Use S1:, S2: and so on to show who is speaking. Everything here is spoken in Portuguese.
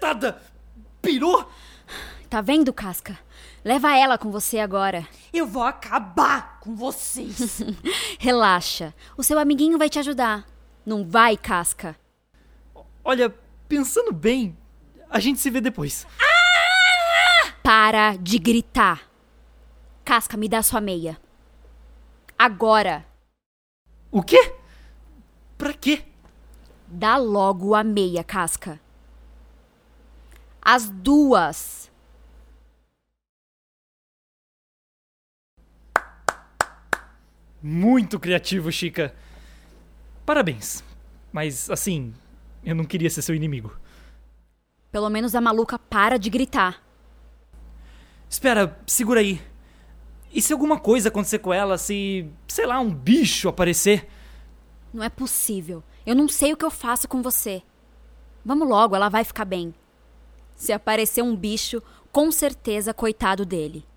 S1: nada! Pirou?
S2: Tá vendo, Casca? Leva ela com você agora.
S3: Eu vou acabar com vocês.
S2: Relaxa. O seu amiguinho vai te ajudar. Não vai, Casca.
S1: Olha, pensando bem, a gente se vê depois.
S2: Para de gritar. Casca, me dá sua meia. Agora.
S1: O quê? Pra quê?
S2: Dá logo a meia, Casca. As duas.
S1: Muito criativo, Chica. Parabéns. Mas assim, eu não queria ser seu inimigo.
S2: Pelo menos a maluca para de gritar.
S1: Espera, segura aí. E se alguma coisa acontecer com ela, se, sei lá, um bicho aparecer?
S2: Não é possível. Eu não sei o que eu faço com você. Vamos logo, ela vai ficar bem. Se aparecer um bicho, com certeza coitado dele.